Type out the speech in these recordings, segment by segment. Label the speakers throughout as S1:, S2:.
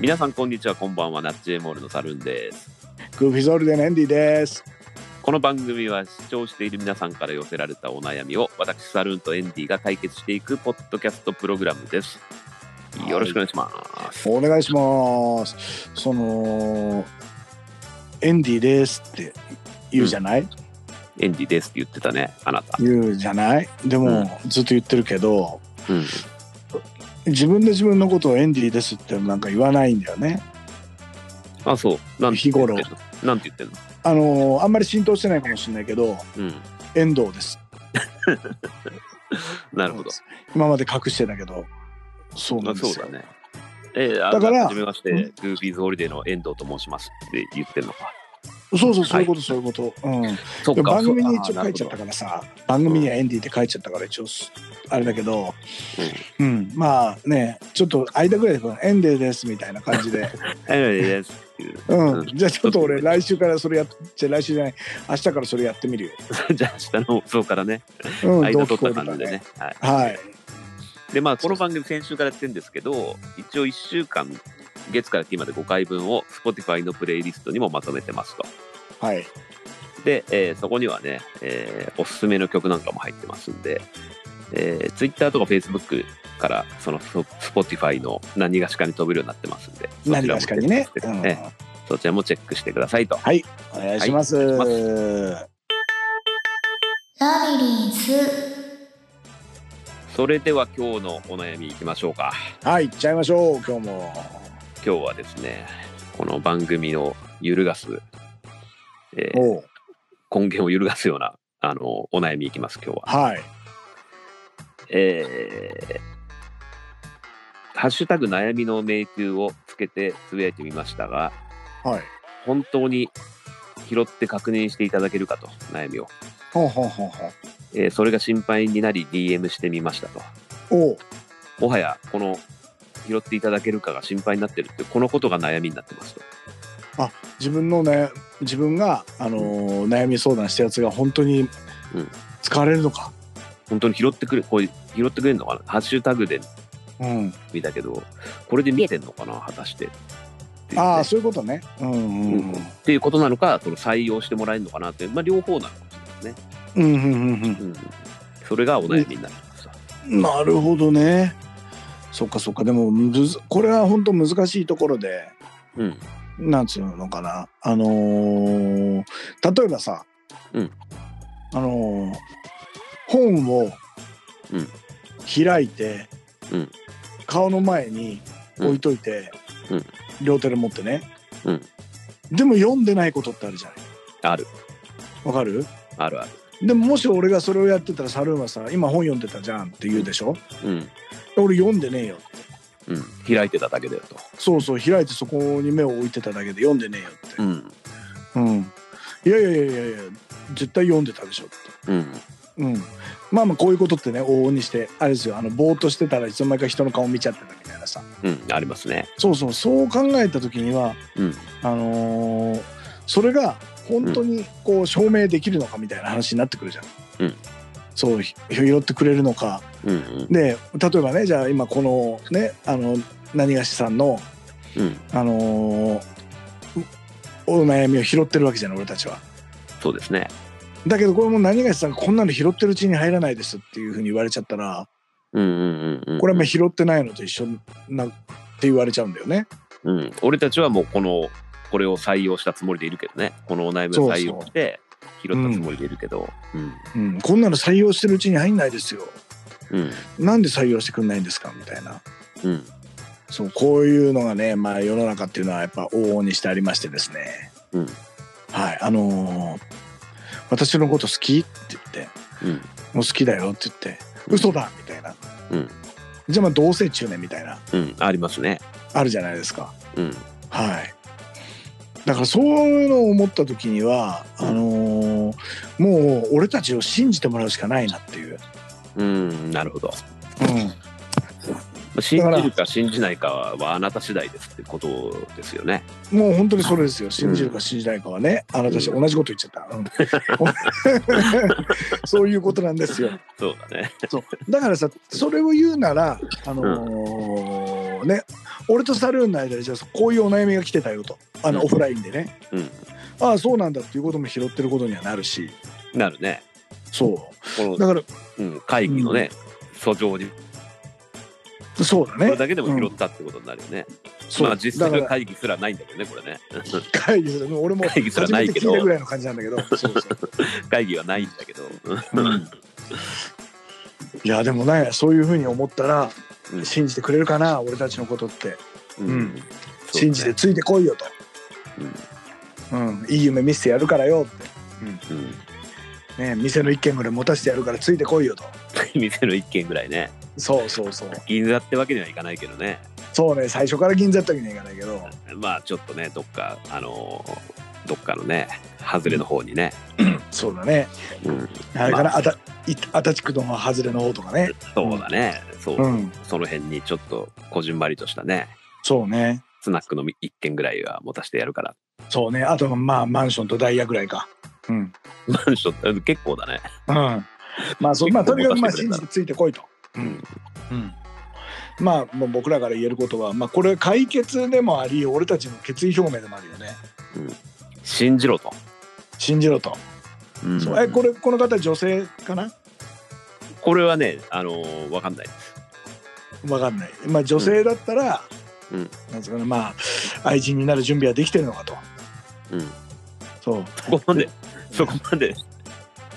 S1: 皆さんこんにちはこんばんはナッチエモールのサルンです
S2: グーフィーゾルデンエンディです。
S1: この番組は視聴している皆さんから寄せられたお悩みを私サルンとエンディが解決していくポッドキャストプログラムですよろしくお願いします
S2: お願いします。そのエンディですって言うじゃない、
S1: エンディですって言ってたねあなた
S2: 言うじゃないでも、ずっと言ってるけど
S1: うん
S2: 自分で自分のことをエンディですってなんか言わないんだよね。
S1: あそうなんて
S2: 日頃
S1: 言ってんのなんて言ってんの
S2: あのーあんまり浸透してないかもしれないけど
S1: うん
S2: 遠藤です。
S1: なるほど
S2: 今まで隠してたけどそうな
S1: あ
S2: んで
S1: そう
S2: す
S1: だ
S2: よ。
S1: ねえー、あ
S2: だから
S1: はじめまして、グーフィーズホリデーの遠藤と申しますって言ってんのか。
S2: そうそうそういうこ
S1: は
S2: とそういうこと。うん。
S1: そっ
S2: で
S1: か
S2: も番組に
S1: そ
S2: 一応書いちゃった
S1: あ
S2: からさ番組にはエンディって書いちゃったから一応すあれだけど、うんまあねちょっと間ぐらいでこのエンディですみたいな感 じで、
S1: なるほどえーですっていう
S2: う
S1: うん
S2: ん、じゃあちょっと俺来週からそれやっじゃあ来週じゃない明日からそれやってみるよ、
S1: じゃあ下の放送からね、
S2: うん、
S1: 間
S2: ど
S1: 取
S2: う聞こ
S1: っ
S2: え
S1: た
S2: るか
S1: 感じでね。はい、
S2: はい
S1: で、まあ、この番組先週からやってるんですけど、一応1週間、月から金まで5回分を Spotify のプレイリストにもまとめてますと。
S2: はい
S1: で、えーそこにはね、えーおすすめの曲なんかも入ってますんで、えー、Twitter とか Facebook から、そのそ Spotify の何がしかに飛べるようになってますんで、そち
S2: 何
S1: らも
S2: がしかにね、
S1: チェックして
S2: うん
S1: ええそちらもチェックしてくださいと。
S2: お願いします,、
S1: はいお
S3: ラビリンス
S1: それでは今日のお悩みいきましょうか。
S2: はい行っちゃいましょう今日も
S1: 今日はですねこの番組を揺るがす、えー
S2: おう
S1: 根源を揺るがすようなあのお悩みいきます今日は。
S2: はい
S1: えーハッシュタグ悩みの迷宮をつけてつぶやいてみましたが
S2: はい
S1: 本当に拾って確認していただけるかと悩みを、
S2: ほうほうほうほう
S1: えーそれが心配になり DM してみましたと
S2: おう
S1: もはやこの拾っていただけるかが心配になってるってこのことが悩みになってますと
S2: 自分のね自分が、あのー悩み相談したやつが本当
S1: う
S2: に
S1: ん
S2: 使われるのか、
S1: 本当に拾ってくれこういう拾ってくれるのかなハッシュタグで
S2: うん、
S1: 見たけど、これで見えてんのかな、果たして。っていうね
S2: ああそういうことねうんうんうん
S1: っていうことなのか、その採用してもらえるのかなって、まあ、両方なのかもしれないですね。
S2: うんうんうん
S1: うん、それがお悩みになります。
S2: うんなるほどねそっかそっかでもむずこれは本当難しいところで
S1: うん、
S2: なんつうのかなあのー例えばさ、
S1: うん
S2: あのー本を
S1: うん
S2: 開いて、
S1: うん
S2: 顔の前に置いといて、
S1: うん
S2: 両手で持ってね、
S1: うん
S2: でも読んでないことってあるじゃない
S1: ある、
S2: わかる
S1: あるある。
S2: でももし俺がそれをやってたらサルーはさ今本読んでたじゃんって言うでしょ
S1: うん、
S2: 俺読んでねえよって
S1: うん、開いてただけだよと。
S2: そうそう開いてそこに目を置いてただけで読んでねえよって
S1: うん、
S2: うんいやいやいやいやいや絶対読んでたでしょって
S1: うん、
S2: うんまあまあこういうことってね往々にしてあれですよあのぼーっとしてたらいつの間にか人の顔見ちゃってたみたいなさ
S1: うん、ありますね。
S2: そうそうそう考えた時には
S1: うん、
S2: あのーそれが本当にこう証明できるのかみたいな話になってくるじゃん。
S1: うん
S2: そうひ拾ってくれるのか
S1: うん、うん、
S2: で例えばねじゃあ今このねあの何がしさんの、
S1: うん、
S2: あのーおお悩みを拾ってるわけじゃない俺たちは。
S1: そうですね。
S2: だけどこれもう何がしさんがこんなの拾ってるうちに入らないですっていうふうに言われちゃったら
S1: うん、うん、うん、うん。
S2: これはもう拾ってないのと一緒なって言われちゃうんだよね。
S1: うん、俺たちはもうこの、これを採用したつもりでいるけどね。このお悩みを採用して、拾ったつもりでいるけど。うん、
S2: うん、こんなの採用してるうちに入んないですよ。
S1: うん、
S2: なんで採用してくんないんですかみたいな。
S1: うん、
S2: そうこういうのがね、まあ、世の中っていうのはやっぱ往々にしてありましてですね、
S1: うん
S2: はいあのー私のこと好き?」って言って
S1: うん、
S2: 「もう好きだよ」って言って「
S1: うん
S2: 嘘だ!」みたいな、
S1: うん
S2: じゃあまあ同性中年みたいな
S1: うん、ありますね。
S2: あるじゃないですか
S1: うん。
S2: はいだからそういうのを思った時にはあのーもう俺たちを信じてもらうしかないなっていう、
S1: うん、なるほど。
S2: うん、
S1: 信じるか信じないかはあなた次第ですってことですよね。
S2: もう本当にそれですよ。信じるか信じないかはね。あなたし
S1: うん
S2: 同じこと言っちゃった。うん そういうことなんですよ。
S1: そうだね。
S2: そうだからさ、それを言うなら、あのーね、俺とサルーンの間でじゃあこういうお悩みが来てたよとあの、
S1: うん
S2: オフラインでね、
S1: うん
S2: ああそうなんだっていうことも拾ってることにはなるし
S1: なるね。
S2: そ
S1: この
S2: うだから
S1: うん、会議のね、訴状に、
S2: そうだ
S1: こ
S2: ね
S1: れだけでも拾
S2: うん
S1: ったってことになるよね。
S2: そう
S1: まあ、実際
S2: だ
S1: の
S2: から
S1: 会議すらないんだけどね、これね。
S2: 会議する俺も
S1: 会議すら
S2: 初
S1: な
S2: め
S1: い
S2: て
S1: け
S2: 聞
S1: ど
S2: いたぐらいの感じなん だけどそうそう
S1: 会議はないんだけど。
S2: うんいやでもねそういうふうに思ったら
S1: うん
S2: 信じてくれるかな俺たちのことって
S1: うんんそう
S2: 信じてついてこいよと、うんいい夢見せてやるからよ
S1: うんうん
S2: って、ね、店の一軒ぐらい持たせてやるからついてこいよと
S1: 店の一軒ぐらいね
S2: そうそうそう
S1: 銀座ってわけにはいかないけどね
S2: そうね最初から銀座ってわけにはいかないけど
S1: まあちょっとねどっかあのーどっかのね外れの方にね、
S2: そうだね
S1: うん、
S2: あれか
S1: ま
S2: なあたい足立区の外れの方とかね
S1: そうだね、そう、
S2: うん
S1: その辺にちょっとこじんまりとしたね
S2: そうね
S1: スナックの一軒ぐらいは持たせてやるから
S2: そうねあとまあマンションとダイヤぐらいかうん
S1: マンション結構だね
S2: うんまあそうまあとにかくまあ信じてついてこいと
S1: うん
S2: うんまあもう僕らから言えることは、まあ、これ解決でもあり俺たちの決意表明でもあるよね
S1: 信じろと、
S2: 信じろと、
S1: うん
S2: そうえこれこの方女性かな
S1: これはねあのーわかんない
S2: わかんない、まあ、女性だったら、
S1: うん
S2: なんですかねまあ愛人になる準備はできてるのかと
S1: うん
S2: そう
S1: そこまでそこまで、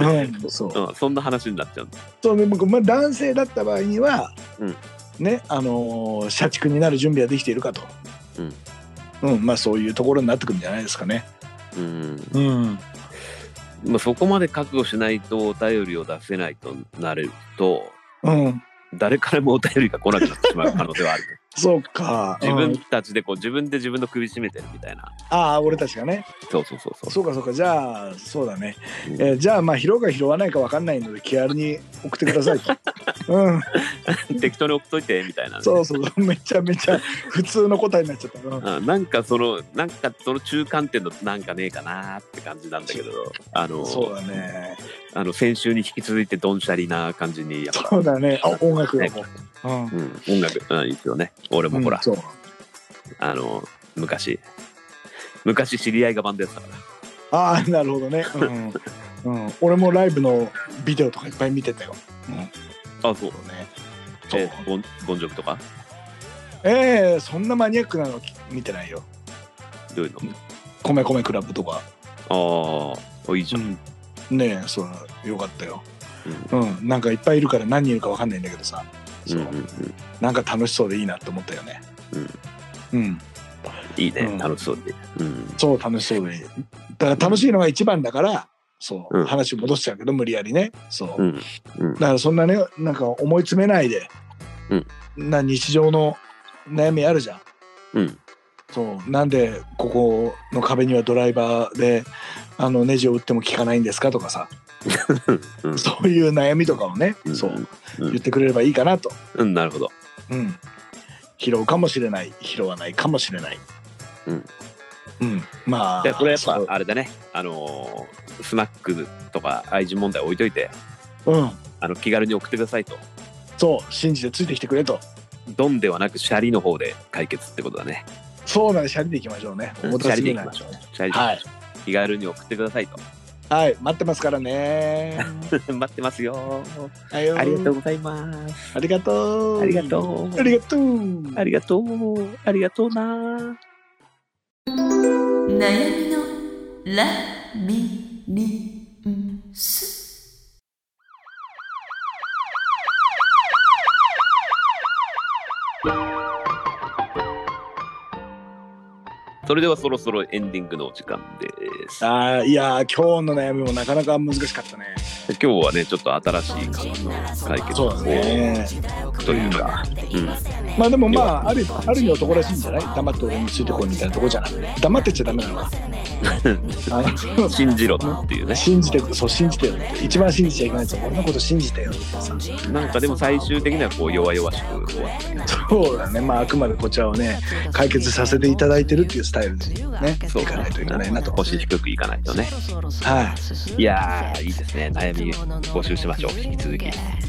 S2: うん、そう
S1: うん、そんな話になっちゃうんだ
S2: そうでも、まあ、男性だった場合には、
S1: うん
S2: ねあのー社畜になる準備はできているかと、うんまあ、そういうところになってくるんじゃないですかね。
S1: うん
S2: うん、
S1: まあ、そこまで覚悟しないとお便りを出せないとなると
S2: うん、
S1: 誰からもお便りが来なくなってしまう可能性 はある
S2: そうか
S1: 自
S2: う
S1: 分
S2: ん
S1: たちでこう自分で自分の首絞めてるみたいな
S2: ああ俺たちがね
S1: そうそうそうそう
S2: そうかそうかじゃあそうだね、
S1: うん
S2: えーじゃあまあ拾うか拾わないか分かんないので気軽に送ってくださ いと、うん、
S1: 適当に送っといてみたいなね、
S2: そうそうめちゃめちゃ普通の答えになっちゃった、うん
S1: うんなんかそのなんかその中間点のなんかねえかなって感じなんだけどあの
S2: そうだね
S1: あの先週に引き続いてどんしゃりな感じにやっぱ、
S2: そうだねあ音楽がもう、うん
S1: うん、音楽うんいいですよね俺もほら、
S2: うんそう
S1: あの昔昔知り合いがバンドやってたから
S2: ああなるほどね、うんうん、俺もライブのビデオとかいっぱい見てたよ、うん、
S1: あそう
S2: そうねそう
S1: えボンボンジョブとか
S2: えーそんなマニアックなの見てないよ
S1: どういうの
S2: 米米クラブとか、
S1: ああ、いいじゃん。
S2: うん、ねえそうよかったようん、なんかいっぱいいるから何人いるかわかんないんだけどさ、
S1: う
S2: そ
S1: ん
S2: う
S1: うんうん
S2: なんか楽しそうでいいなって思ったよねうん、
S1: いいね、
S2: うん
S1: 楽しそうで。うん、
S2: そう楽しそうでいいだから楽しいのが一番だからそう、
S1: うん
S2: 話戻しちゃうけど無理やりねそう、
S1: うん、うん
S2: だからそんなねなんか思い詰めないで、
S1: うん
S2: な日常の悩みあるじゃん
S1: うん、
S2: そうなんでここの壁にはドライバーであのネジを打っても効かないんですかとかさ
S1: うん、
S2: そういう悩みとかをね、
S1: ん
S2: そう、
S1: うん
S2: 言ってくれればいいかなと
S1: うん、なるほど。
S2: うん、拾うかもしれない拾わないかもしれない、
S1: うん
S2: うん、まあ
S1: で、これやっぱ
S2: そう、
S1: あれだね、あのースナックとか愛人問題置いといて、
S2: うん、
S1: あの気軽に送ってくださいと。
S2: そう信じてついてきてくれと
S1: ドンではなく、シャリの方で解決ってことだね。
S2: そうなんでシャリでいきましょうね
S1: うん
S2: おたすぎない
S1: シャリ、
S2: はい、
S1: 気軽に送ってくださいと。
S2: はい、待ってますからね
S1: 待ってますよ。
S2: はいよ
S1: ありがとうございます。
S2: ありがとう
S1: ありがとう
S2: ありがとう
S1: ありがとう。ありがとうな。
S3: 悩みのラミリンス
S1: それではそろそろエンディングのお時間です。
S2: あーいやー今日の悩みもなかなか難しかったね
S1: で今日はねちょっと新しい感じの解決
S2: そうだね
S1: 法というか、
S2: まあでもまああるある意味男らしいんじゃない黙って俺についてこいみたいなとこじゃない黙ってっちゃダメなの かあ
S1: う
S2: の
S1: ん、信じろっていうね
S2: 信じてそう信じてよ一番信じちゃいけないやつは俺のこと信じてよってさ
S1: なんかでも最終的にはこう弱々しく終わったけど
S2: そうだねまああくまでこちらをね解決させていただいてるっていうスタイルでね
S1: そう
S2: いかないといけないなと
S1: 腰低くいかないとね
S2: はい
S1: やーいいですね悩み募集しましょう引き続き、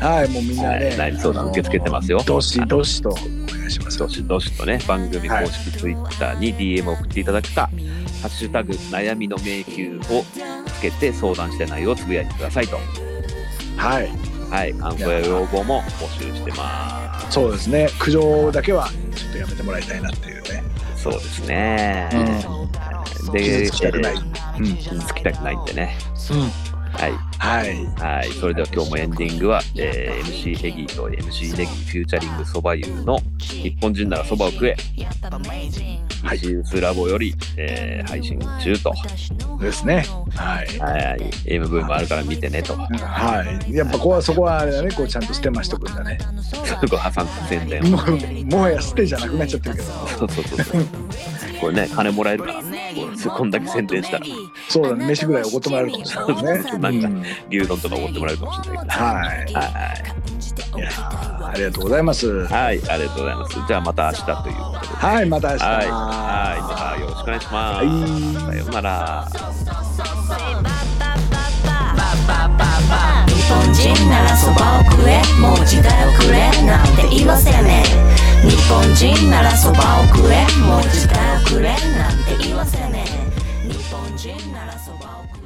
S2: はいもうみんな
S1: は
S2: ね
S1: い、悩み相談受け付けてますよ
S2: どしどしとお願い願いします
S1: どしどしとね、番組公式ツイッターに DM を送っていただくか、ハッシュタグ悩みの迷宮をつけて相談した内容をつぶやいてくださいと。
S2: はい
S1: はい、感想や要望も募集してま
S2: そうですね苦情だけはちょっとやめてもらいたいなっていうね
S1: す。そうですね。で、
S2: 傷つきたくない、
S1: えー傷つきたくないんでね。はい。
S2: はい
S1: はい、それでは今日もエンディングは、えー MC ヘギーと MC ネギフューチャリングそば湯の日本人ならそばを食え、
S2: はい
S1: 石臼ラボより、えー配信中と、
S2: ですねはい
S1: はい、MV もあるから見てねと、
S2: はいやっぱここはそこはあれだねこうちゃんとステマしとくんだね
S1: すぐ挟んで宣伝を。
S2: もうもはやステじゃなくなっちゃってるけど
S1: そうそうそうそう。これね、金もらえるから、こうこんだけ宣伝したら、
S2: そうだね飯ぐらいおごってもらえるかもしれないですね、
S1: な
S2: うんん、
S1: 牛丼とかおごってもらえるかもしれないから。
S2: はいいやーありがとうございますは
S1: はい、ありがとうございます。じゃあまた明日ということで。
S2: いまた明日
S1: はい、はい、またよろしくお願いします。
S2: はい
S1: さようなら。
S4: 日本人ならそばを食えもう時代をくれなんて言わせねえ日本人ならそばを食えもう時代をくれなんて言わせねえ日本人ならそばをくれ